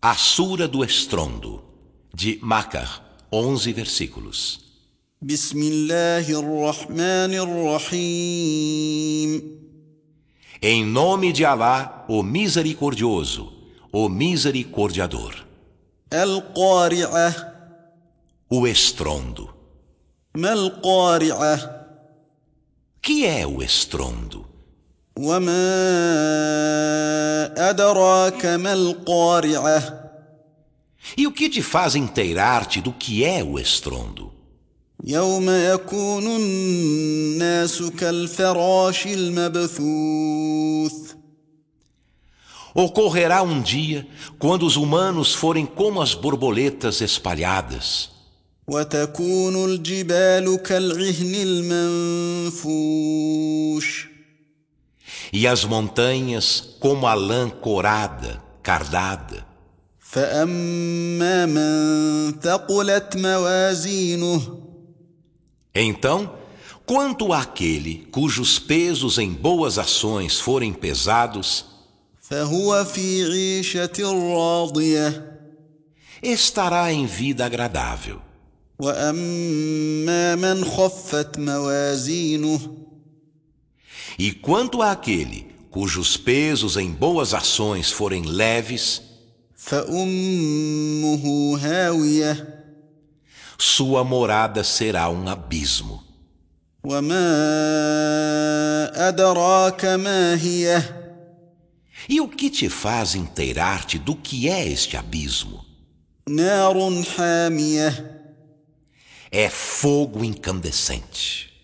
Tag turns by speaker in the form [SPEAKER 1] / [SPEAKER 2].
[SPEAKER 1] A Sura do Estrondo, de Macar, 11 versículos.
[SPEAKER 2] بسم الله الرحمن الرحيم
[SPEAKER 1] Em nome de Alá, o Misericordioso, o Misericordiador.
[SPEAKER 2] القارعة
[SPEAKER 1] O estrondo.
[SPEAKER 2] ما القارعة
[SPEAKER 1] Que é o estrondo?
[SPEAKER 2] وما أدراك ما القارعة
[SPEAKER 1] E o que te faz inteirar-te do que é o estrondo?
[SPEAKER 2] يوم يكون الناس كالفراش المبثوث
[SPEAKER 1] Ocorrerá um dia quando os humanos forem como as borboletas espalhadas,
[SPEAKER 2] وتكون الجبال كالعهن المنفوش
[SPEAKER 1] e as montanhas como a lã corada, cardada.
[SPEAKER 2] فأما من ثقلت موازينه
[SPEAKER 1] Então, quanto àquele cujos pesos em boas ações forem pesados,
[SPEAKER 2] فهو في عيشة راضية
[SPEAKER 1] estará em vida agradável.
[SPEAKER 2] وأما من خفت موازينه
[SPEAKER 1] E quanto àquele cujos pesos em boas ações forem leves,
[SPEAKER 2] فأمه هاوية
[SPEAKER 1] sua morada será um abismo.
[SPEAKER 2] وما أدراك ما هي
[SPEAKER 1] E o que te faz inteirar-te do que é este abismo?
[SPEAKER 2] نار حامية
[SPEAKER 1] É fogo incandescente.